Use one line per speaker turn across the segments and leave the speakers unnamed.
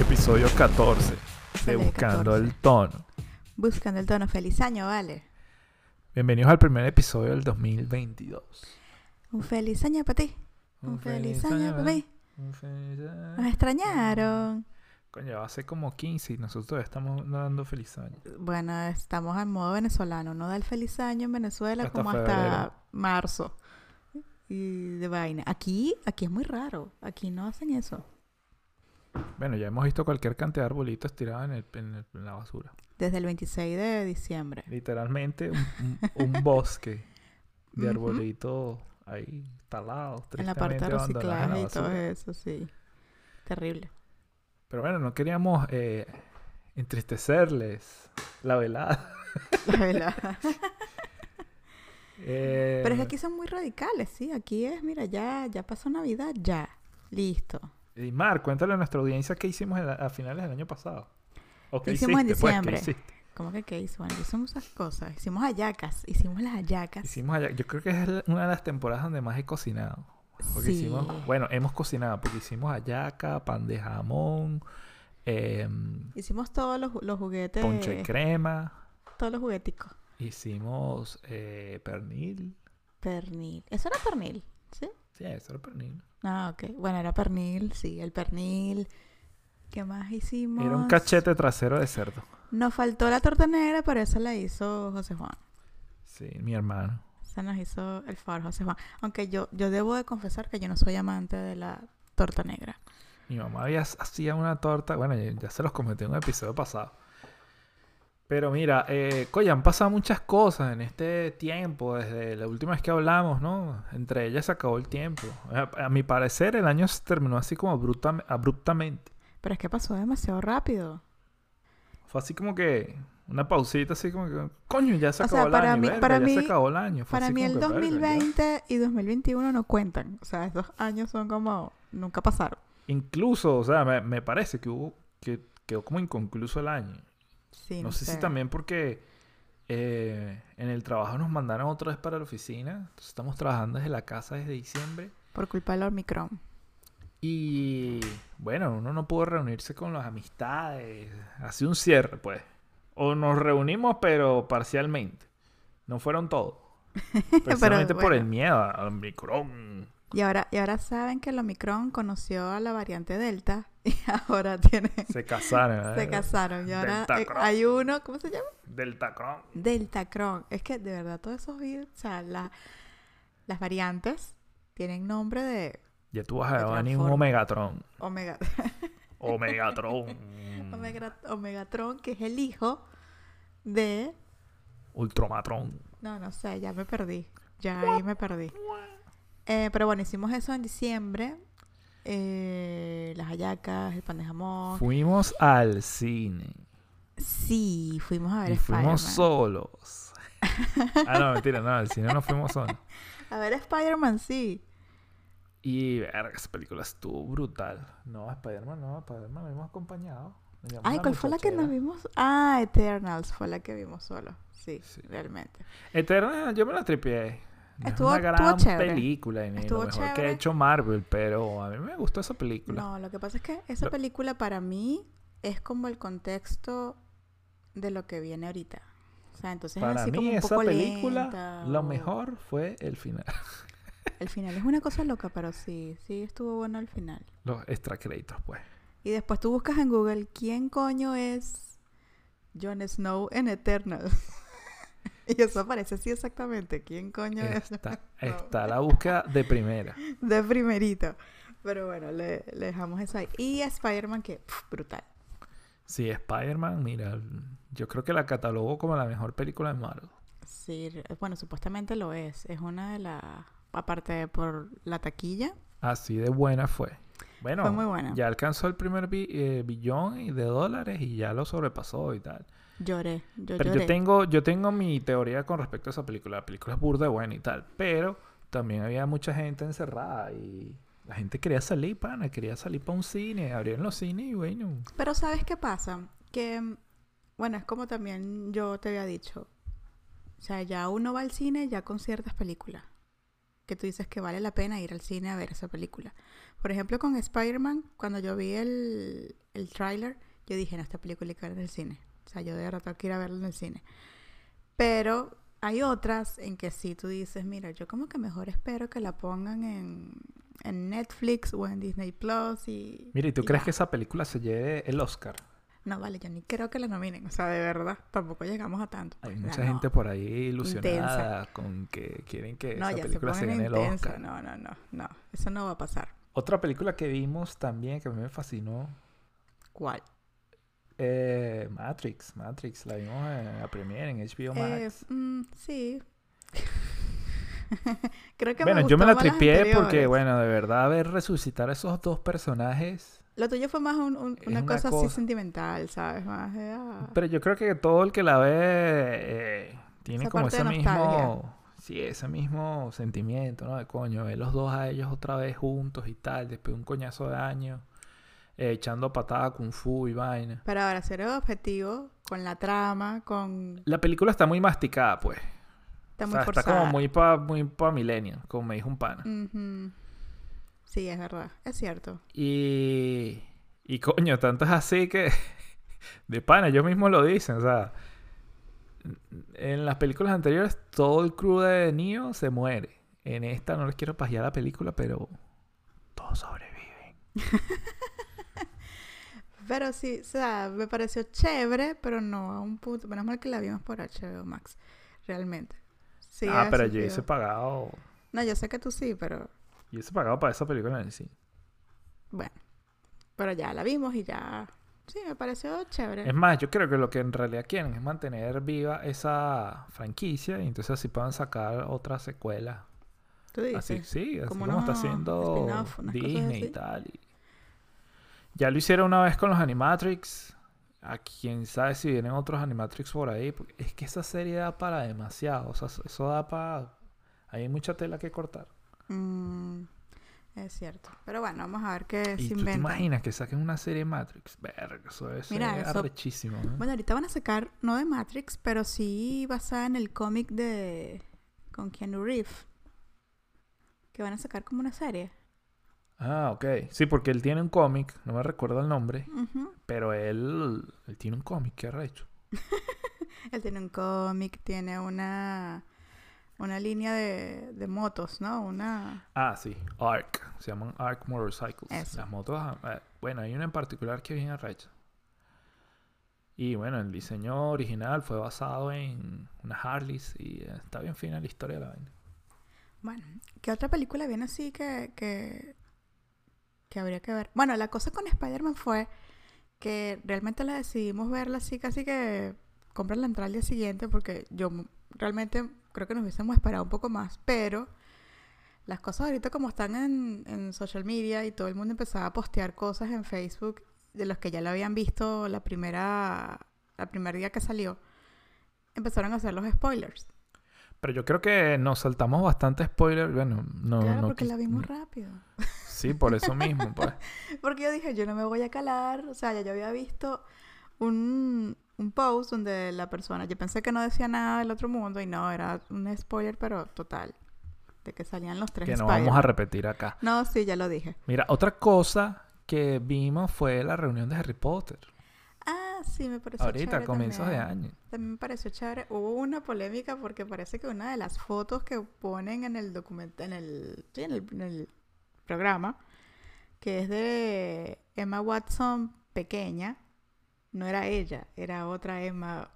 episodio 14 de
Episodio
Buscando
14.
el Tono.
Buscando el tono. Feliz año, vale.
Bienvenidos al primer episodio del 2022.
Un feliz año para ti. Un feliz, año para mí.
Un feliz año.
Nos extrañaron.
Coño, hace como 15 y nosotros todavía estamos dando feliz año.
Bueno, estamos en modo venezolano. No da el feliz año en Venezuela
Hasta
como
febrero.
hasta marzo. Y de vaina. Aquí, aquí es muy raro. Aquí no hacen eso.
Bueno, ya hemos visto cualquier cantidad de arbolitos tirados en, el- en el- en la basura.
Desde el 26 de diciembre.
Literalmente un, un- un bosque de
Ujú.
arbolitos ahí talados,
En la parte de
tristemente abandonados en la
reciclaje y todo
basura.
eso, sí. Terrible.
Pero bueno, no queríamos eh, entristecerles la velada.
La verdad.
Eh,
Pero es que aquí son muy radicales, sí. Aquí es, mira, ya, ya pasó Navidad, ya. Listo.
Y Mar, cuéntale a nuestra audiencia qué hicimos en la- a finales del año pasado. ¿O qué
Hicimos en
hiciste, pues, ¿qué
diciembre.
hiciste?
¿Cómo que qué hizo? Bueno, hicimos esas cosas. Hicimos hallacas. Hicimos las hallacas.
Hicimos allá- Yo creo que es la- una de las temporadas donde más he cocinado. Porque
Sí.
hicimos, bueno, hemos cocinado, porque hicimos hallaca, pan de jamón, em,
Hicimos todos los, los juguetes.
ponche de crema,
Todos los jugueticos.
hicimos eh, pernil.
Pernil. Eso era pernil, ¿sí?
Sí, eso era pernil.
Ah, ok. Bueno, era pernil, sí, el pernil. ¿Qué más hicimos?
Era un cachete trasero de cerdo.
Nos faltó la torta negra, pero esa la hizo José Juan.
Sí, mi hermano.
Esa nos hizo el favor José Juan. Aunque yo, yo debo de confesar que yo no soy amante de la torta negra.
Mi mamá había, hacía una torta, bueno, ya ya se los comenté en un episodio pasado. Pero mira, eh, coño, han pasado muchas cosas en este tiempo, desde la última vez que hablamos, ¿no? Entre ellas se acabó el tiempo. A, a mi parecer, el año se terminó así como abruptam- abruptamente.
Pero es que pasó demasiado rápido.
Fue así como que una pausita, así como que, coño, ya se
O sea,
acabó el
para
año.
mí-
verga,
para
ya
mí-
se acabó el año. Fue
Para
así
mí
como
el
que, verga, ya.
2020 y 2021 no cuentan. O sea, esos años son como nunca pasaron.
Incluso, o sea, me, me parece que hubo, que quedó como inconcluso el año.
Sí,
No sé si también porque eh, en el trabajo nos mandaron otra vez para la oficina. Entonces estamos trabajando desde la casa desde diciembre.
Por culpa del Omicron.
Y bueno, uno no pudo reunirse con las amistades. Así un cierre, pues. O nos reunimos, pero parcialmente. No fueron todos. Precisamente por
bueno.
el miedo al micrón.
Y ahora, y ahora saben que el Omicron conoció a la variante Delta y ahora tienen...
Se casaron.
Se casaron. Y ahora eh,
Deltacron.
hay uno... ¿Cómo se llama?
Del tacrón.
Deltacron. Es que de verdad todos esos virus... O sea, la- las variantes tienen nombre de
Ya tú vas
Se
a ver venir un
transforma.
Omegatron.
Omega...
Omegatron. Mm.
Omega- Omegatron, que es el hijo de...
Ultromatron.
No, no sé, ya me perdí. Ya ahí me perdí. Eh, pero bueno, hicimos eso en diciembre. Eh, las hallacas, el pan de jamón.
Fuimos al cine.
sí, fuimos a ver
Y fuimos
Spider-Man.
solos. Ah, no, mentira, no, al cine no fuimos solos.
A ver Spider-Man, sí.
Y verga, esa película estuvo brutal. No, Spider-Man, no, Spider-Man lo hemos acompañado. Me llamó
Ay,
una
¿cuál fue la que nos
muchachera.
vimos? Ah, Eternals fue la que vimos solo. Sí,
Sí.
realmente.
Eterna, yo me la tripié. No
Estuvo-
es una
estuvo
gran
chévere.
película, ni
Estuvo
lo mejor que ha
chévere.
hecho Marvel, pero a mí me gustó esa película.
No, lo que pasa es que esa
Lo-
película para mí es como el contexto de lo que viene ahorita. O sea, entonces es
Para
así como
mí
un
esa
poco
película,
lenta,
lo
o-
mejor fue el final,
El final es una cosa loca, pero sí, sí estuvo bueno el final.
los extra créditos, pues.
Y después tú buscas en Google quién coño es Jon Snow en Eternals. y eso aparece así exactamente. ¿Quién coño es?
Está, está la búsqueda de primera.
De primerito. Pero bueno, le, le dejamos eso ahí. Y Spider-Man, que pf, brutal.
Sí, Spider-Man, mira, yo creo que la catalogo como la mejor película de Marvel.
Sí, re- bueno, supuestamente lo es. Es una de las. Aparte de por la taquilla.
Así de buena fue. Bueno,
Fue muy buena.
ya alcanzó el primer bi- eh, billón y- de dólares y ya lo sobrepasó y tal.
Lloré. Yo
pero
lloré.
yo tengo, yo tengo mi teoría con respecto a esa película. La película es burda de buena y tal, pero también había mucha gente encerrada y la gente quería salir, pana, quería salir para un cine, abrieron los cines y bueno.
Pero ¿sabes qué pasa? Que, mm, bueno, es como también yo te había dicho. O sea, ya uno va al cine ya con ciertas películas. que tú dices que vale la pena ir al cine a ver esa película. Por ejemplo, con Spider-Man, cuando yo vi el, el tráiler, yo dije, no, esta película hay que verla en el cine. O sea, yo de verdad tengo que ir a verla en el cine. Pero hay otras en que sí tú dices, mira, yo como que mejor espero que la pongan en, en Netflix o en Disney Plus y...
Mira, ¿y tú
y
crees
ya.
que esa película se lleve el Oscar?
No, vale, yo ni creo que la nominen. O sea, de verdad, tampoco llegamos a tanto.
Hay
pues,
mucha
no, no.
gente por ahí ilusionada con que quieren que
No,
esa
ya se
película se,
ponen
gane el
intensos.
Oscar.
No, no, no, no. Eso no va a pasar.
Otra película que vimos también que a mí me fascinó,
¿Cuál?
eh, Matrix. Matrix, la vimos en la premiere en HBO
Eh,
Max.
mm, sí. creo que me
bueno, yo me
gustó
la
más las
tripié porque,
anteriores.
bueno, de verdad, ver resucitar a esos dos personajes
Lo tuyo fue más un- un-
es
una,
una
cosa, así
cosa-
sentimental, ¿sabes? Más de, ah,
Pero yo creo que todo el que la ve eh, tiene
Esa
como
parte
ese
de nostalgia.
mismo, sí, ese mismo sentimiento, ¿no? De coño, ver los dos a ellos otra vez juntos y tal, después de un coñazo de años, eh, echando patada kung fu y vaina.
Pero ahora, ser objetivo con la trama, con...
La película está muy masticada, pues.
Está
O
muy
sea, está
forzada.
como muy pa, muy pa millennial, como me dijo un pana.
Ujú. Sí, es verdad. Es cierto.
Y, y coño, tanto es así que de pana, ellos mismos lo dicen, o sea, en las películas anteriores todo el crew de Neo se muere. En esta no les quiero pajear la película, pero todos sobreviven.
Pero sí, o sea, me pareció chévere, pero no a un punto. Menos mal que la vimos por HBO Max, realmente. Sí,
ah,
es
pero yo
sentido.
hice pagado,
No, yo sé que tú sí, pero
yo hice pagado para esa película en el cine.
bueno. Pero ya la vimos y ya. Sí, me pareció chévere.
Es más, yo creo que lo que en realidad quieren es mantener viva esa franquicia y entonces así puedan sacar otra secuela.
Tú dices.
Así, sí, así
pues, como
como está
unos
haciendo
spin-off, unas cosas
Disney y
así.
tal. y- Ya lo hicieron una vez con los Animatrix. A quién sabe si vienen otros Animatrix por ahí. porque es que esa serie da para demasiado. O sea, eso- eso da para. Hay mucha tela que cortar.
Mm, es cierto. Pero bueno, vamos a ver qué
y
se
tú te
inventan.
imaginas que saquen una serie de Matrix. Verga, eso debe ser
Mira, eso-
arrechísimo. ¿eh?
Bueno, ahorita van a sacar, no de Matrix, pero sí basada en el cómic de. con Keanu Reeves. Que van a sacar como una serie.
Ah, ok. Sí, porque él tiene un cómic. No me recuerdo el nombre.
Ujú.
Pero él, él tiene un cómic. Qué arrecho.
Él tiene un cómic, tiene una. una línea de, de motos, ¿no? Una.
Ah, sí, ARC. Se llaman ARC Motorcycles.
Eso.
Las motos. ah, eh, Bueno, hay una en particular que es bien arrecha. Y bueno, el diseño original fue basado en unas Harleys y eh, está bien fina la historia de la vaina.
Bueno, ¿qué otra película viene así que, que, que habría que ver? Bueno, la cosa con Spider-Man fue que realmente la decidimos verla así, casi que comprar la entrada al día siguiente, porque yo m- realmente creo que nos hubiésemos esperado un poco más, pero las cosas ahorita como están en, en social media y todo el mundo empezaba a postear cosas en Facebook de los que ya la habían visto la primera, la primer día que salió, empezaron a hacer los spoilers.
Pero yo creo que nos saltamos bastante spoiler. Bueno, no.
claro,
no
porque
quis-
la vimos
no-
rápido.
Sí, por eso mismo, pues.
Porque yo dije, yo no me voy a calar. O sea, ya yo había visto un, un post donde la persona, yo pensé que no decía nada del otro mundo y no, era un spoiler, pero total. De que salían los tres
que no
Spider-Man.
vamos a repetir acá.
No, sí, ya lo dije.
Mira, otra cosa que vimos fue la reunión de Harry Potter.
Ah, sí, me pareció
Ahorita,
chévere
a comienzos de
también.
año.
También me pareció chévere. Hubo una polémica porque parece que una de las fotos que ponen en el documento, en el, sí, en el, en el programa, que es de Emma Watson pequeña, no era ella, era otra Emma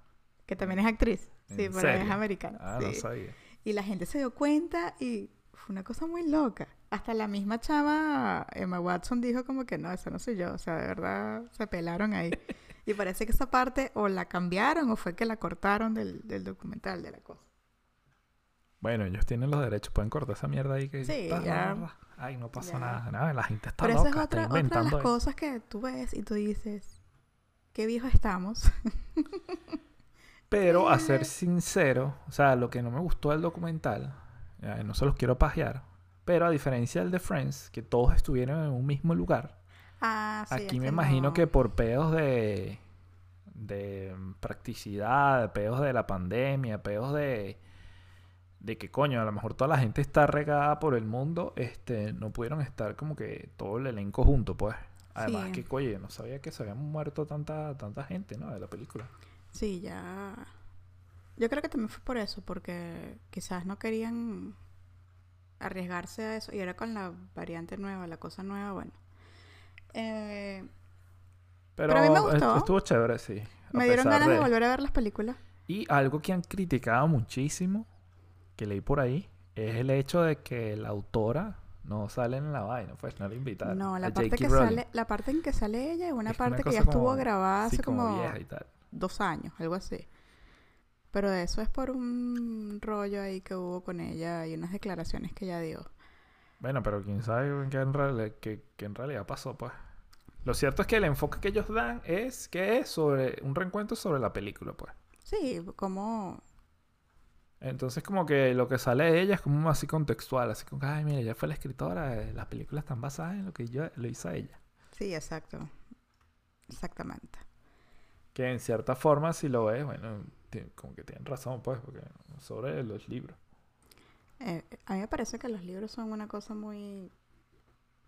que también es actriz. Sí,
¿En
pero es
serio?
americana.
Ah, no
sí.
sabía.
Y la gente se dio cuenta y fue una cosa muy loca. Hasta la misma chama Emma Watson dijo como que no, esa no soy yo. O sea, de verdad se pelaron ahí. Y parece que esa parte o la cambiaron o fue que la cortaron del, del documental de la cosa.
Bueno, ellos tienen los derechos, pueden cortar esa mierda ahí que...
Sí,
Ta-
ya.
Ay, no pasa
Ya.
nada. nada, la gente está
Pero
loca,
esa es otra,
está
otra de las
inventando. eso.
cosas que tú ves y tú dices, qué viejos estamos.
Pero a ser
Eh.
sincero, o sea, lo que no me gustó del documental, eh, no se los quiero pajear, pero a diferencia del de Friends, que todos estuvieron en un mismo lugar,
Ah, sí,
aquí me
este
imagino
no.
que por pedos de, de practicidad, pedos de la pandemia, pedos de, de que coño, a lo mejor toda la gente está regada por el mundo, este, no pudieron estar como que todo el elenco junto, pues. Además
Sí.
que, coño, yo no sabía que se habían muerto tanta, tanta gente, ¿no? De la película.
Sí, ya. Yo creo que también fue por eso, porque quizás no querían arriesgarse a eso. Y ahora con la variante nueva, la cosa nueva, bueno. Eh,
Pero,
a mí me
est-
gustó.
estuvo chévere, sí. a
me dieron
pesar
ganas de...
de-
volver a ver las películas.
Y algo que han criticado muchísimo, que leí por ahí, es el hecho de que la autora no sale en la vaina, pues no la invitaron.
No, la
a
parte
J.K.
que
Rowling.
sale, la parte en que sale ella y una
Es
parte que ya
cosa
estuvo
como-
grabada
sí,
hace como,
vieja y tal.
dos años, algo así. Pero eso es por un rollo ahí que hubo con ella y unas declaraciones que ella dio.
Bueno, pero quién sabe qué en, real- qué- qué en realidad pasó, pues. Lo cierto es que el enfoque que ellos dan es que es sobre un reencuentro sobre la película, pues.
Sí, como
Entonces como que lo que sale de ella es como así contextual, así como que, ay, mira, ella fue la escritora, eh, las películas están basadas en lo que yo lo hizo ella.
Sí, exacto. Exactamente.
Que en cierta forma, si lo ves, bueno, ti- como que tienen razón, pues, porque sobre los libros.
Eh, a mí me parece que los libros son una cosa muy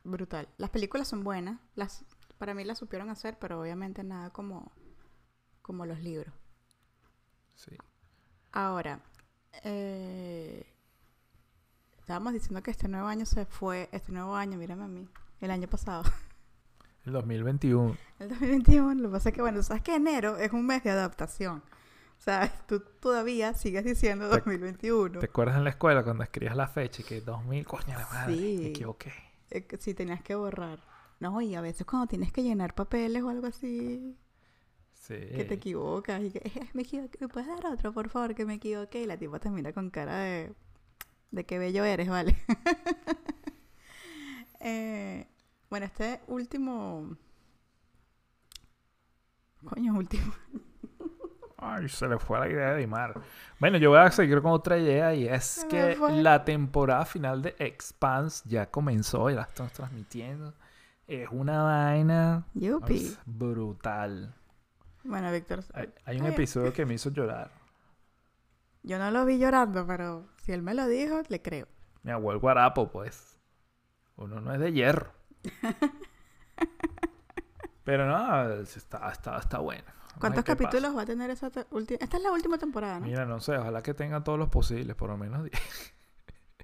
brutal. Las películas son buenas, las para mí las supieron hacer, pero obviamente nada como como los libros.
Sí.
Ahora, eh, estábamos diciendo que este nuevo año se fue, este nuevo año, mírame a mí, el año pasado,
El 2021.
el 2021, lo que pasa es que bueno, sabes que enero es un mes de adaptación. O sea, tú todavía sigues diciendo
Te-
2021.
¿Te acuerdas en la escuela cuando escribías la fecha y que 2000, coño, la madre,
Sí.
me equivoqué?
Eh, que Si tenías que borrar. No, y a veces cuando tienes que llenar papeles o algo así,
Sí.
que te equivocas y que "Eh, me equivoqué, ¿me puedes dar otro, por favor, que me equivoqué? Y la tipa te mira con cara de, de qué bello eres, ¿vale? Eh, bueno, este último... Coño, último.
Ay, se le fue la idea de Dimar. Bueno, yo voy a seguir con otra idea y es
Se me
que
fue.
la temporada final de Expanse ya comenzó y la estamos transmitiendo. Es una vaina
Yupi.
ay, es brutal.
Bueno, Víctor,
Hay, hay un
Ay.
episodio que me hizo llorar.
yo no lo vi llorando, pero si él me lo dijo, le creo.
Me abuelo el guarapo, pues. Uno no es de hierro. Pero no, está, está, está bueno. Vamos a ver
¿Cuántos
qué pasa.
capítulos va a tener esa te- última? Esta es la última temporada, ¿no?
Mira, no sé, ojalá que tenga todos los posibles, por lo menos 10.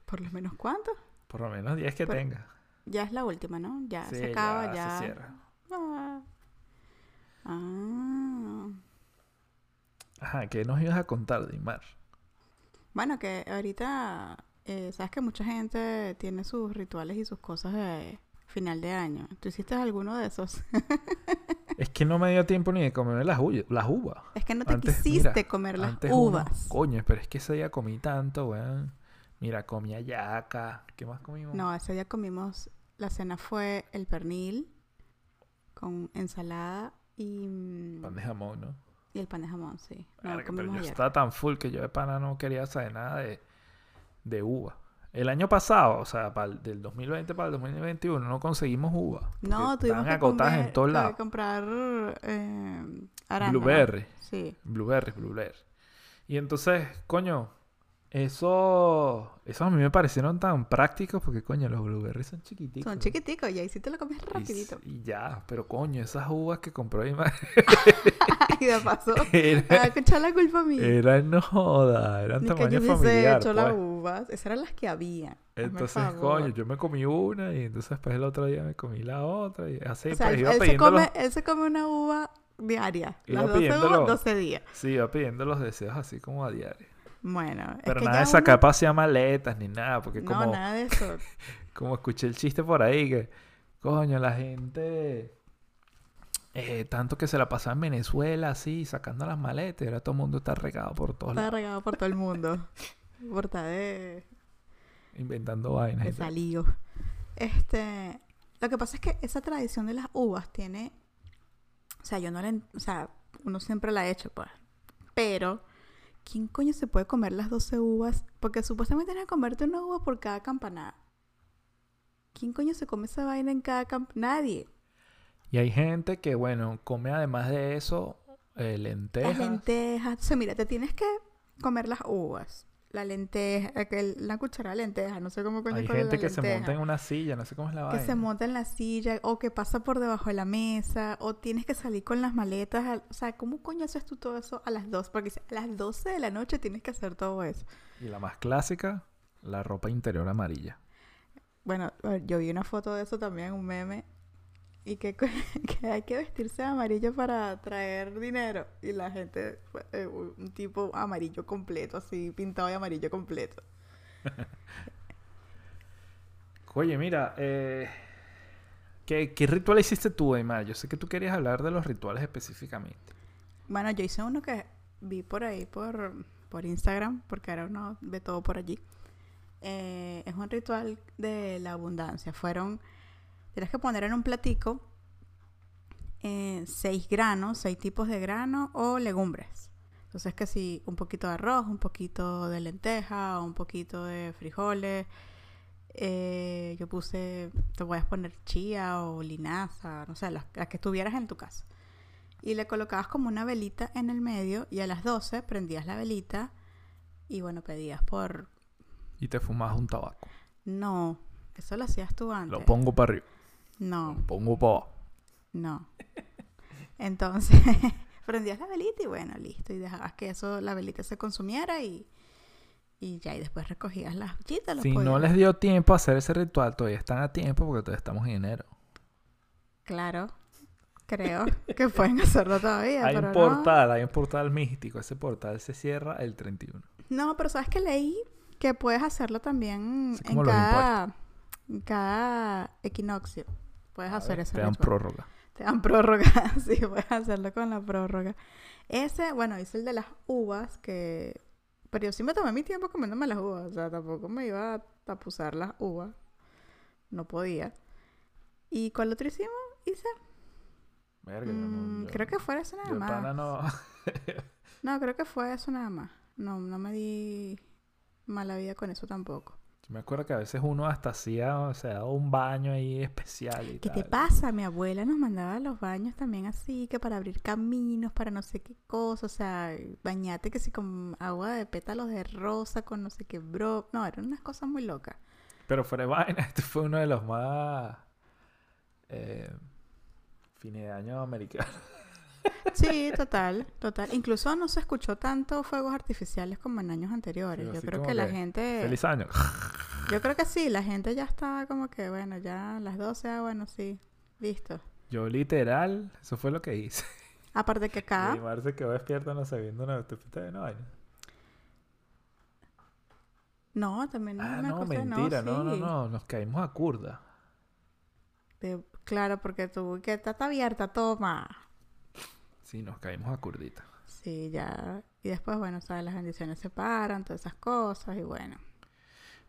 Por lo menos cuántos.
Por lo menos 10 que
Por-
tenga.
Ya es la última, ¿no? Ya
Sí,
se acaba, ya.
se cierra.
Ah. Ah.
Ajá, ¿qué nos ibas a contar, Dimar?
Bueno, que ahorita, eh, sabes que mucha gente tiene sus rituales y sus cosas de final de año. ¿Tú hiciste alguno de esos?
Es que no me dio tiempo ni de comer las, uy- las uvas.
es que no te
Antes,
quisiste
mira,
comer las
Antes uno-
uvas.
coño, pero es que ese día comí tanto, weón. Mira, comí ayaca. ¿Qué más comimos?
No, ese día comimos, la cena fue el pernil con ensalada y, mm,
Pan de jamón, ¿no?
y el pan de jamón, sí. No,
Verga, pero
comimos
yo
ayer.
estaba tan full que yo de pana no quería saber nada de, de uva. El año pasado, o sea, pa'l- del 2020 para el 2021, no conseguimos uva. porque
No, tuvimos
estaban
que,
agotadas
comer-
en todos
que
lados.
comprar eh, arándanos.
Blueberry.
Sí.
Blueberry, Blueberry. Y entonces, coño, eso, eso a mí me parecieron tan prácticos porque, coño, los blueberries son chiquiticos.
Son chiquiticos y ahí sí te lo comes
Y s-
rapidito.
Y, ya, pero coño, esas uvas que compró mi madre
y de paso, me va a
eran,
escuchar la culpa a mí.
eran, no joda, eran
Ni que
Eh, tamaño
yo hubiese
familiar.
hecho las
pues.
uvas. Esas eran las que había. hazme el
Entonces,
favor.
coño, yo me comí una y entonces después el otro día me comí la otra y así,
o sea,
pues
él,
iba
él se
pidiendo los-
come, él se come una uva diaria.
Iba
Las 12
pidiéndolo.
uvas, 12 días.
sí, iba pidiendo los deseos así como a diario.
Bueno,
Pero
es que
nada
ya
de sacar
uno-
para hacer maletas ni nada, porque
No,
como,
nada de eso.
como escuché el chiste por ahí que, coño, la gente, eh, tanto que se la pasaba en Venezuela así, sacando las maletas, y ahora todo el mundo está regado por todos
Está
lados,
regado por todo el mundo. Porta de... Ah.
inventando vainas. y
Me
tal.
salió. Este, lo que pasa es que esa tradición de las uvas tiene, o sea, yo no la, en- o sea, uno siempre la ha hecho, pues. Pero ¿quién coño se puede comer las 12 uvas? Porque supuestamente tienes que comerte una uva por cada campanada. ¿Quién coño se come esa vaina en cada campanada? Nadie.
Y hay gente que, bueno, come además de eso eh,
Las
lentejas.
lentejas. O sea, mira, te tienes que comer las uvas, la lenteja, aquel- la cuchara de lenteja, no sé cómo coño
Hay
con la
gente que se
lenteja.
monta en una silla, no sé cómo es la
que
vaina.
se monta en la silla o que pasa por debajo de la mesa o tienes que salir con las maletas. al- O sea, ¿cómo coño haces tú todo eso a las 2? Porque dice, a las 12 de la noche tienes que hacer todo eso.
Y la más clásica, la ropa interior amarilla.
Bueno, a ver, yo vi una foto de eso también, un meme, y que, co- que hay que vestirse de amarillo para traer dinero. Y la gente, eh, un tipo amarillo completo, así pintado de amarillo completo.
Oye, mira, eh, ¿qué, qué ritual hiciste tú, Aymar? Yo sé que tú querías hablar de los rituales específicamente.
Bueno, yo hice uno que vi por ahí, por, por Instagram, porque ahora uno ve todo por allí. Eh, es un ritual de la abundancia. Fueron, tienes que poner en un platico eh, seis granos, seis tipos de grano o legumbres. Entonces que si un poquito de arroz, un poquito de lenteja, un poquito de frijoles. Eh, yo puse, te puedes poner chía o linaza, no sé, las, las que estuvieras en tu casa y le colocabas como una velita en el medio y a las 12 prendías la velita y bueno, pedías por...
Y te fumabas un tabaco.
No, eso lo hacías tú antes.
Lo pongo para arriba,
No,
lo pongo para abajo.
no. Entonces, prendías la velita y bueno, listo. Y dejabas que eso, la velita se consumiera y, y ya, y después recogías las hojitas. los
Si no
podías-
les dio tiempo a hacer ese ritual, todavía están a tiempo porque todavía estamos en enero.
Claro, creo que pueden hacerlo todavía.
Hay
pero
un
no.
portal, hay un portal místico. Ese portal se cierra el 31.
No, pero sabes que leí que puedes hacerlo también
Así como
en
los
cada, en cada equinoccio. Puedes
A
hacer
ver,
ese
Te dan
ritual.
prórroga.
Te dan prórroga, sí, puedes hacerlo con la prórroga. Ese, bueno, hice el de las uvas, que... Pero yo sí me tomé mi tiempo comiéndome las uvas, o sea, tampoco me iba a tapuzar las uvas. No podía. ¿Y cuál otro hicimos? Hice.
Verga, yo no-
Mm,
yo-
creo que fue eso nada
yo de
más.
pana no-
No, creo que fue eso nada más. No, no me di mala vida con eso tampoco.
Yo me acuerdo que a veces uno hasta hacía, o sea, un baño ahí especial y
¿Qué te
tal.
pasa? Mi abuela nos mandaba a los baños también así, que para abrir caminos, para no sé qué cosa, o sea, bañate que si con agua de pétalos de rosa, con no sé qué bro. No, eran unas cosas muy locas.
Pero fuera de vaina, este fue uno de los más eh, fines de año americanos.
Sí, total, total. Incluso no se escuchó tanto fuegos artificiales como en años anteriores.
Sí,
yo
así
creo
como
que, la
que,
gente,
Feliz año.
yo creo que sí, la gente ya estaba como que, bueno, ya a las 12, ah, bueno, sí, listo.
Yo literal, eso fue lo que hice.
Aparte que acá...
Y Mar se quedó despierta no sabiendo una te fuiste de vaina.
No, también es
Ah,
una
no,
cosa,
mentira, no, no,
sí.
no, nos caímos a curda.
De- claro, porque tu buqueta está abierta, toma.
Sí, nos caímos a curdita.
Sí, ya. Y después, bueno, sabes, las bendiciones se paran, todas esas cosas, y bueno.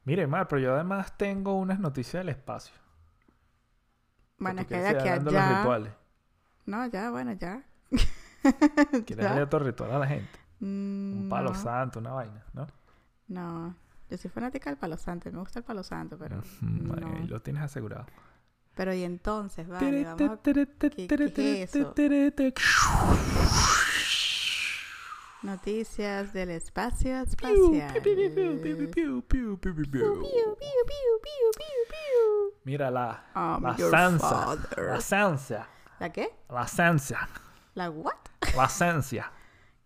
Mire, Mar, pero yo además tengo unas noticias del espacio. que
Bueno,
tú
es que de
quieres ir
aquí a
hablando de los
allá.
rituales.
No, ya, bueno, ya.
¿Quieres
Ya.
darle otro ritual a la gente? Un
Mm,
palo
no,
santo, una vaina, ¿no?
No. Yo soy fanática del palo santo, me gusta el palo santo, pero.
Mm,
no.
ahí lo tienes asegurado.
Pero y entonces, vale,
Tere,
vamos a-
tere, tere,
¿Qué-
tere,
qué es
tere,
eso?
tere, tere.
Noticias del espacio
Piu,
espacial.
piu, piu, piu, piu, piu, piu, piu, piu, piu, piu. Mira la,
I'm
la
your
Sansa.
father.
La Sansa.
¿La qué?
La Sansa.
¿La what?
La ciencia.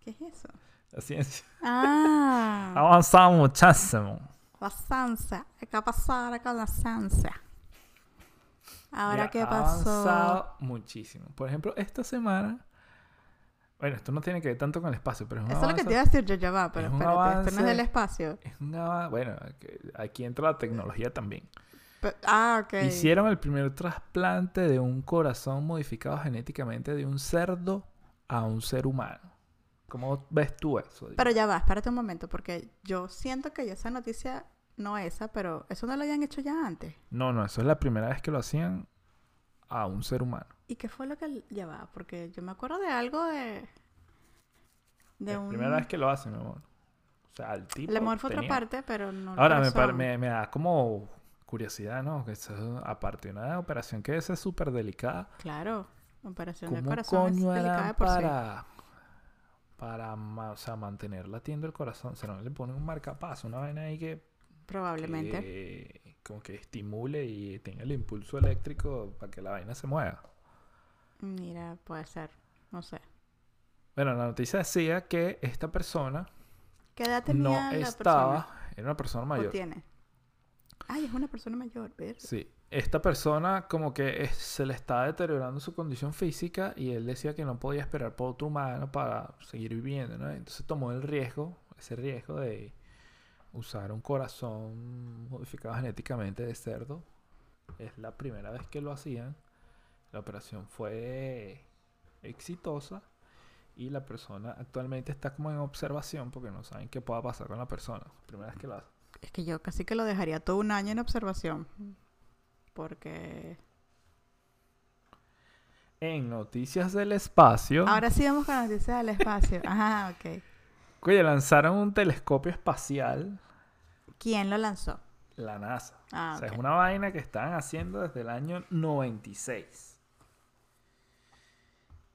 ¿Qué es eso?
La ciencia.
Ah.
Ha avanzado muchísimo.
La Sansa. ¿Qué pasó ahora con la Sansa? Ahora,
Mira,
¿qué
Ha
pasó?
avanzado muchísimo. Por ejemplo, esta semana. Bueno, esto no tiene que ver tanto con el espacio, pero es un
Eso es lo que
avance-
te iba a decir yo, ya va, pero
es un
espérate, esto no es del
avance.
espacio.
es un ava- Bueno, que aquí entra la tecnología también.
Pe- ah, ok.
Hicieron el primer trasplante de un corazón modificado genéticamente de un cerdo a un ser humano. ¿Cómo ves tú eso? Dime.
Pero ya va, espérate un momento, porque yo siento que ya esa noticia no esa, pero eso no lo habían hecho ya antes.
No, no, eso es la primera vez que lo hacían a un ser humano.
¿Y qué fue lo que ya va? Porque yo me acuerdo de algo de. de
es la
un.
primera vez que lo hacen, mi amor. O sea, el tipo.
Le morfo otra
tenía-
parte, pero no. el
Ahora me, par-
corazón.
me, me da como curiosidad, ¿no? Que eso es, aparte de una operación que es súper delicada.
Claro, operación del
¿Cómo
corazón es
coño
delicada de
harán
por sí.
para, para ma- o sea, mantener latiendo el corazón. O sea, no le ponen un marcapaso, una vaina ahí que,
probablemente.
que como que estimule y tenga el impulso eléctrico para que la vaina se mueva.
Mira, puede ser. No sé.
Bueno, la noticia decía que esta persona
¿Qué edad
no
tenía la
estaba,
persona?
era una persona
¿O
mayor.
tiene? Ay, es una persona mayor, ver.
Sí. Esta persona como que es- se le está deteriorando su condición física y él decía que no podía esperar por otro humano para seguir viviendo, ¿no? Entonces tomó el riesgo, ese riesgo de usar un corazón modificado genéticamente de cerdo. Es la primera vez que lo hacían. La operación fue exitosa y la persona actualmente está como en observación porque no saben qué pueda pasar con la persona. Primera vez que lo hacen.
Es que yo casi que lo dejaría todo un año en observación. Porque...
En noticias del espacio...
Ahora sí vamos con las noticias del espacio. Ajá, ok.
Oye, lanzaron un telescopio espacial,
¿Quién lo lanzó?
la NASA.
Ah,
o sea,
ok.
es una vaina que estaban haciendo desde el año 96.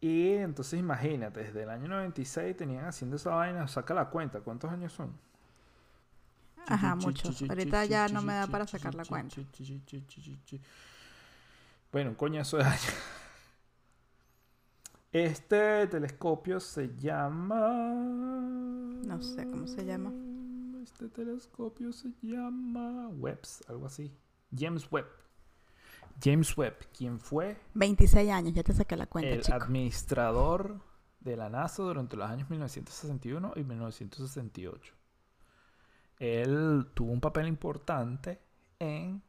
Y entonces imagínate, desde el año 96 tenían haciendo esa vaina, saca la cuenta, ¿cuántos años son?
Ajá, muchos. Ahorita ya no me da para sacar la cuenta.
Bueno, un coñazo de años. Este telescopio se llama... No
sé cómo se llama.
Este telescopio se llama Webbs, algo así. James Webb. James Webb, quien fue
26 años, ya te saqué la cuenta,
el
chico.
administrador de la NASA durante los años 1961 y 1968. Él tuvo un papel importante en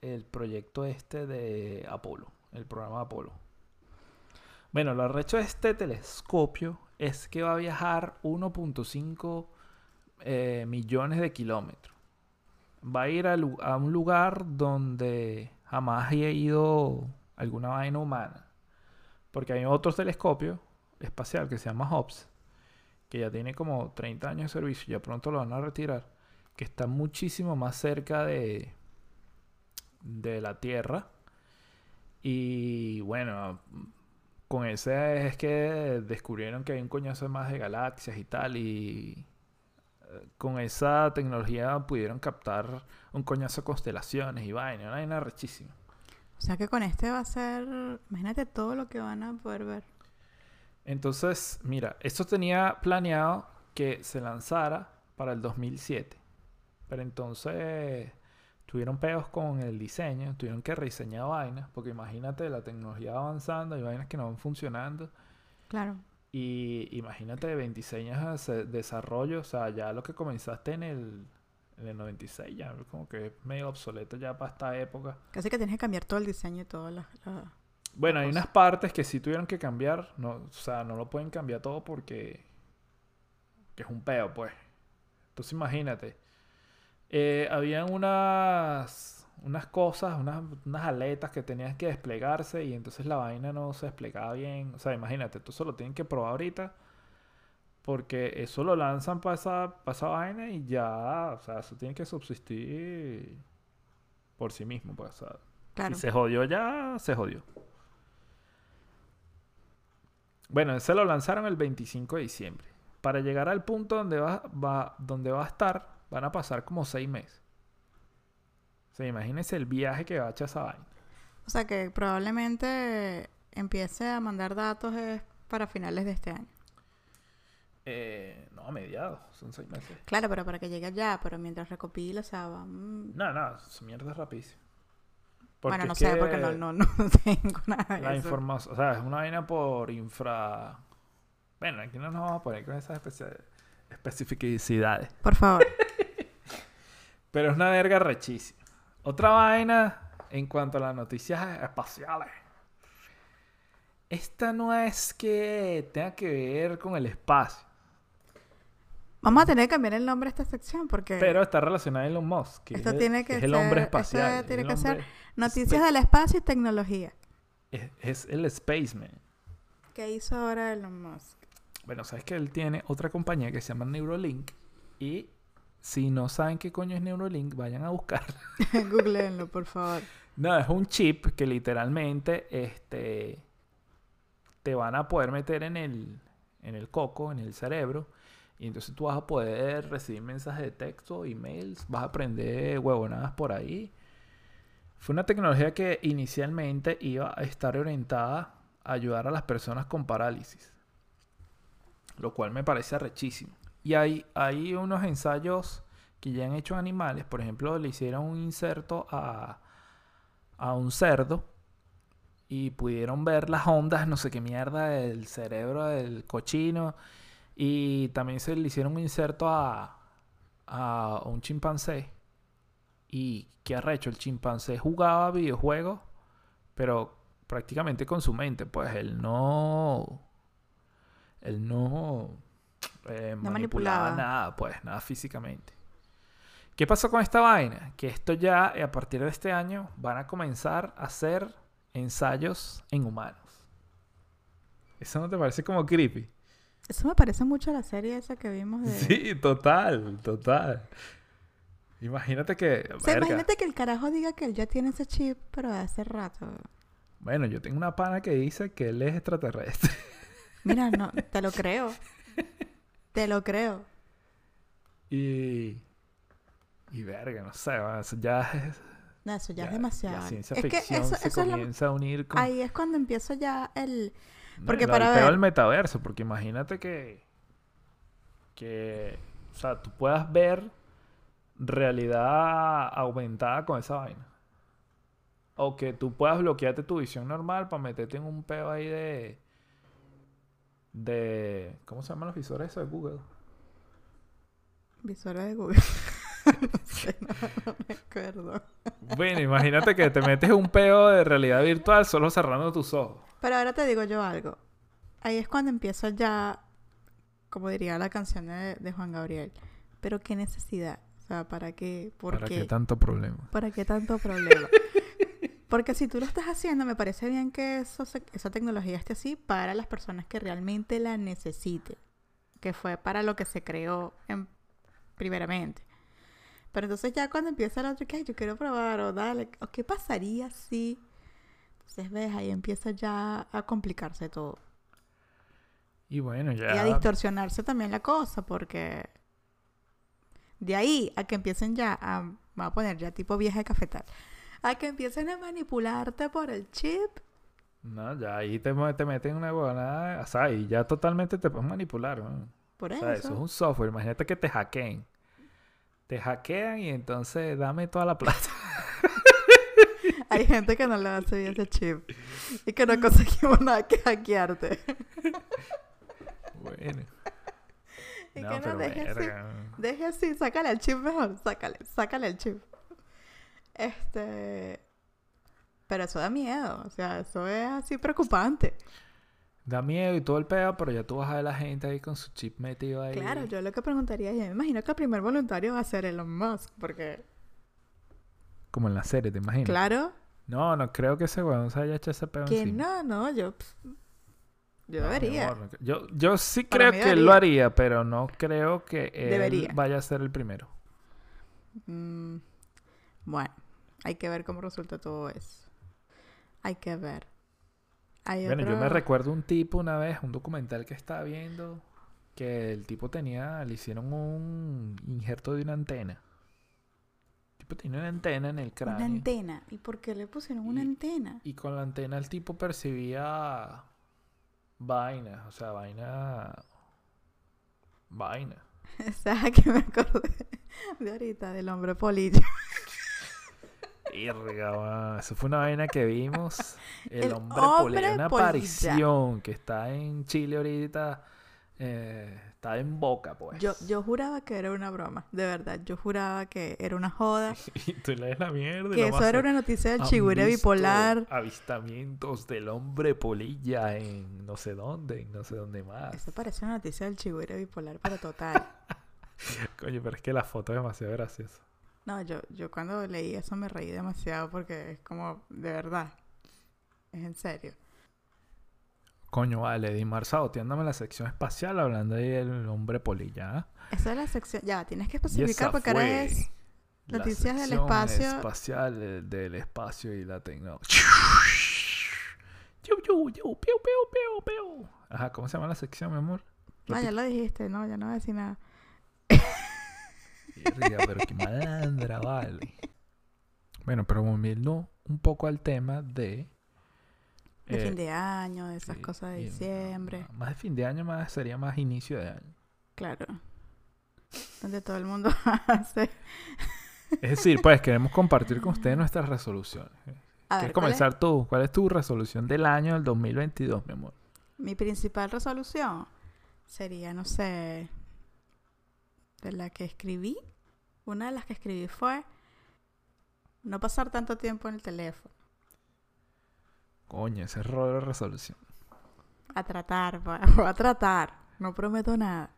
el proyecto este de Apolo, el programa Apolo. Bueno, lo arrecho de este telescopio es que va a viajar 1.5 eh, millones de kilómetros. Va a ir a, lu- a un lugar donde jamás haya ido alguna vaina humana. Porque hay otro telescopio espacial que se llama Hobbs, que ya tiene como 30 años de servicio, ya pronto lo van a retirar, que está muchísimo más cerca de, de la Tierra. Y bueno, con ese es que descubrieron que hay un coñazo más de galaxias y tal, y eh, con esa tecnología pudieron captar un coñazo de constelaciones y vaina, una vaina rechísima.
O sea que con este va a ser... Imagínate todo lo que van a poder ver.
Entonces, mira, esto tenía planeado que se lanzara para el 2007. Pero entonces tuvieron peos con el diseño, tuvieron que rediseñar vainas, porque imagínate la tecnología avanzando, hay vainas que no van funcionando.
Claro.
Y imagínate 26 años de se- desarrollo, o sea, ya lo que comenzaste en el, en el 96, ya como que es medio obsoleto ya para esta época.
Casi que tienes que cambiar todo el diseño y todo. La, la-
Bueno, hay
cosa.
unas partes que sí tuvieron que cambiar. No, o sea, no lo pueden cambiar todo porque que es un peo, pues. Entonces imagínate. Eh, habían unas, unas cosas, unas, unas aletas que tenían que desplegarse y entonces la vaina no se desplegaba bien. O sea, imagínate, esto se lo tienen que probar ahorita porque eso lo lanzan para esa, pa' esa vaina y ya, o sea, eso tiene que subsistir por sí mismo, pues. o sea,
Claro.
si se jodió ya, se jodió. Bueno, se lo lanzaron el 25 de diciembre. Para llegar al punto donde va, va- donde va a estar, van a pasar como seis meses. O sea, imagínense el viaje que va a echar esa vaina.
O sea que probablemente empiece a mandar datos es para finales de este año.
Eh, no, mediados, son seis meses.
Claro, pero para que llegue allá, pero mientras recopila, o sea, va... mm.
No, no, su mierda es rapidísimo. Porque
Bueno, no
es
sé,
que
porque no, no, no tengo nada de
La
eso.
información, o sea, es una vaina por infra... Bueno, aquí no nos vamos a poner con esas especia- especificidades.
Por favor.
Pero es una verga rechísima. Otra vaina en cuanto a las noticias espaciales. Esta no es que tenga que ver con el espacio,
Vamos a tener que cambiar el nombre a esta sección porque
pero está relacionada a Elon Musk, que,
Eh. Esto
es,
tiene
que
que
es el hombre
ser- esto
espacial. es
tiene
el
que ser-
hombre-
noticias del espacio y tecnología.
es, es el spaceman.
¿Qué hizo ahora Elon Musk?
Bueno, sabes que él tiene otra compañía que se llama Neurolink y si no saben qué coño es Neurolink, vayan a buscar.
Googleenlo, por favor.
No, es un chip que literalmente este, te van a poder meter en el, en el coco, en el cerebro. Y entonces tú vas a poder recibir mensajes de texto, emails, vas a aprender huevonadas por ahí. Fue una tecnología que inicialmente iba a estar orientada a ayudar a las personas con parálisis, lo cual me parece rechísimo. Y hay, hay unos ensayos que ya han hecho animales, por ejemplo, le hicieron un inserto a, a un cerdo y pudieron ver las ondas, no sé qué mierda, del cerebro del cochino. Y también se le hicieron un inserto a, a un chimpancé. Y qué arrecho, el chimpancé jugaba videojuegos, pero prácticamente con su mente. Pues él no. Él no. eh,
No
manipulaba
manipulaba.
nada, pues, nada físicamente. ¿Qué pasó con esta vaina? Que esto ya, eh, a partir de este año, van a comenzar a hacer ensayos en humanos. ¿Eso no te parece como creepy?
Eso me parece mucho a la serie esa que vimos de...
Sí, total, total. Imagínate que.
O sea,
verga.
imagínate que el carajo diga que él ya tiene ese chip, pero de hace rato.
Bueno, yo tengo una pana que dice que él es extraterrestre.
Mira, no, te lo creo. Te lo creo.
Y. Y verga, no sé, bueno, eso ya es.
No, eso ya,
ya-
es demasiado.
La ciencia
es que
ficción
eso,
se
eso es lo-
comienza a unir con.
Ahí es cuando empiezo ya el...
No,
porque
lo
para
del peo
ver-
del metaverso, porque imagínate que. Que. O sea, tú puedas ver realidad aumentada con esa vaina. O que tú puedas bloquearte tu visión normal para meterte en un peo ahí de. De. ¿Cómo se llaman los visores esos de Google?
Visora de Google. no sé, no, no me acuerdo.
Bueno, imagínate que te metes en un peo de realidad virtual solo cerrando tus ojos.
Pero ahora te digo yo algo. Ahí es cuando empiezo ya, como diría la canción de, de Juan Gabriel. Pero qué necesidad. O sea, ¿para qué? ¿Por
¿Para
qué?
qué tanto problema?
¿Para qué tanto problema? Porque si tú lo estás haciendo, me parece bien que eso se- esa tecnología esté así para las personas que realmente la necesiten, que fue para lo que se creó en- primeramente. Pero entonces ya cuando empieza el otro, que "Ay, yo quiero probar o dale, o qué pasaría si... Entonces ves, ahí empieza ya a complicarse todo.
Y bueno,
Y a
ya.
distorsionarse también la cosa, porque de ahí a que empiecen ya a, va a poner ya tipo vieja de cafetal, a que empiecen a manipularte por el chip,
No, ya ahí te, mo- te meten una huevonada. O sea, y ya totalmente te puedes manipular, weón.
por
O
eso.
sea, eso es un software. Imagínate que te hackeen. Te hackean y entonces dame toda la plata.
Hay gente que no le hace bien ese chip y que no conseguimos nada que hackearte.
bueno.
Y que no dejes sin-
verga.
Deje así, sácale el chip mejor, sácale, sácale el chip. Este... Pero eso da miedo, o sea, eso es así preocupante.
Da miedo y todo el pedo, pero ya tú vas a ver la gente ahí con su chip metido ahí.
Claro, yo lo que preguntaría es, yo me imagino que el primer voluntario va a ser Elon Musk, porque,
Como en la serie, ¿te imaginas?
claro,
No, no creo que ese weón se haya hecho ese pedo
que
encima.
no, no, yo, pf, yo
No, mi
debería.
amor, no cre- Yo, yo sí
Para
creo
mí
que él lo haría, pero no creo que él
Debería.
vaya a ser el primero.
Mm, bueno, hay que ver cómo resulta todo eso. Hay que ver. Hay
Bueno, yo
otro-
me recuerdo un tipo una vez, un documental que estaba viendo, que el tipo tenía, le hicieron un injerto de una antena. El tipo tenía una antena en el cráneo.
Una antena. ¿Y por qué le pusieron una
Y-
antena?
Y con la antena el tipo percibía vainas, o sea, vaina... Vaina.
¿Sabes a qué me acordé? De ahorita, del hombre polilla.
Verga, va. Eso fue una vaina que vimos. El,
El
hombre, polilla,
hombre
Una
polilla.
aparición que está en Chile ahorita. eh, está en boca, pues.
Yo, yo juraba que era una broma, de verdad. Yo juraba que era una joda.
Y tú lees la mierda. y
Que
lo
eso
más
era
cerca.
una noticia del
¿Han
chigüire
visto
bipolar.
Avistamientos del hombre polilla en no sé dónde, en no sé dónde más.
Eso parece una noticia del chigüire bipolar, pero total.
Coño, pero es que la foto es demasiado graciosa.
No, yo, yo cuando leí eso me reí demasiado porque es como, de verdad, es en serio.
Coño, vale, Dimar saboteándome la sección espacial hablando ahí del hombre polilla. ¿ah?
Esa es la sección, ya, tienes
Y
que
esa
especificar porque ahora
fue
es...
la
noticias del
sección
espacio.
espacial eh, del espacio y la tecnología. Ajá, ¿cómo se llama la sección, mi amor?
No, ya lo dijiste, no, ya no voy a decir nada.
Verga, pero qué malandra, vale. Bueno, pero volviendo un poco al tema de.
De
eh,
fin de año, de esas
sí,
cosas de
y,
diciembre.
ah, Más de fin de año, más sería más inicio de año.
Claro. Donde todo el mundo hace.
Es decir, pues queremos compartir con ustedes nuestras resoluciones.
A
¿Quieres
ver, ¿cuál es
comenzar tú? ¿Cuál es tu resolución del año del 2022, mi amor?
mi principal resolución sería, no sé, de la que escribí. Una de las que escribí fue no pasar tanto tiempo en el teléfono.
Coño, ese es rollo de resolución.
A tratar, va- voy a tratar. No prometo nada.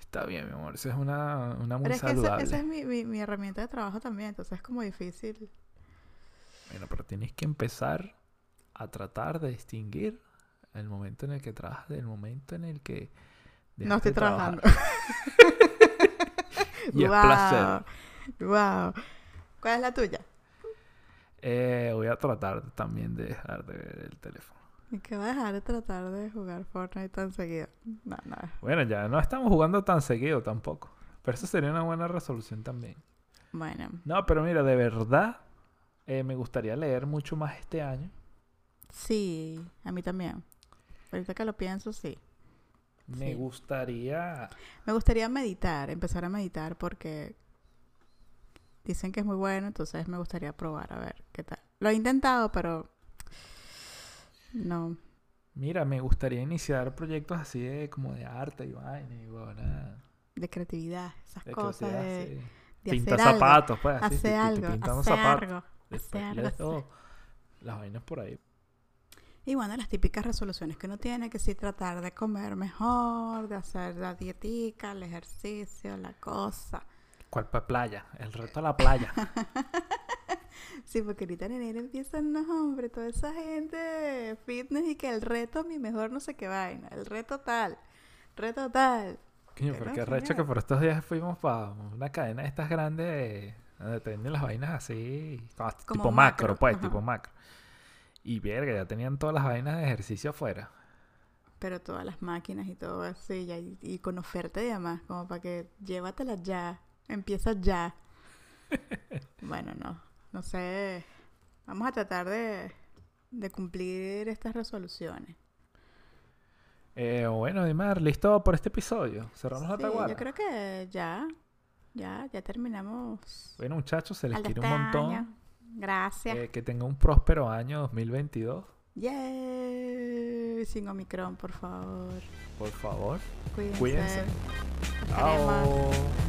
Está bien, mi amor. Esa es una, una muy
Pero es que esa,
saludable.
esa es mi, mi- mi herramienta de trabajo también, entonces es como difícil.
Bueno, pero tienes que empezar a tratar de distinguir el momento en el que trabajas del momento en el que dejas
no estoy
de trabajar.
trabajando.
Y es placer.
Wow. ¿Cuál es la tuya?
Eh, voy a tratar también de dejar de ver el teléfono.
¿Y qué va a dejar de tratar de jugar Fortnite tan seguido? No, no.
Bueno, ya no estamos jugando tan seguido tampoco. Pero eso sería una buena resolución también.
Bueno,
No, pero mira, de verdad eh, me gustaría leer mucho más este año.
sí, a mí también. Ahorita que lo pienso, sí.
Me
Sí.
gustaría...
Me gustaría meditar, empezar a meditar porque dicen que es muy bueno, entonces me gustaría probar a ver qué tal. Lo he intentado, pero no.
Mira, me gustaría iniciar proyectos así de como de arte y vaina y huevonada.
De creatividad, esas
De
cosas
creatividad,
de,
sí.
de
pinta
hacer algo.
zapatos, pues. así,
Hacer
ti, ti, ti,
algo,
pintando
hacer
zapatos.
algo.
Después
hacer
le
algo,
dejo las vainas por ahí.
Y bueno, las típicas resoluciones que uno tiene, que sí tratar de comer mejor, de hacer la dietica, el ejercicio, la cosa.
¿Cuál pa' playa? El reto a la playa.
Sí, porque ahorita en enero empiezan los hombres, toda esa gente fitness y que el reto mi mejor no sé qué vaina, el reto tal, reto tal.
Coño,
Pero
pero
no,
qué recho que
señora.
por estos días fuimos para una cadena de estas grandes de- donde te venden las vainas así, como hasta
Como
tipo macro,
macro,
pues,
ajá.
tipo macro. Y verga, ya tenían todas las vainas de ejercicio afuera.
Pero todas las máquinas y todo así, ya, y, y con oferta y demás, como para que llévatela ya, empieza ya. bueno, no, no sé. Vamos a tratar de, de cumplir estas resoluciones.
Eh, bueno, Dimar, listo por este episodio. Cerramos la
Sí,
taguada.
yo creo que ya, ya, ya terminamos.
Bueno, muchachos, se les
al de
quiere un
este
montón.
año. Gracias.
Eh, que tengan un próspero año 2022,
Yay, sin Omicron, por favor.
por favor.
Cuídense.
Cuídense.
Los queremos.
Chao.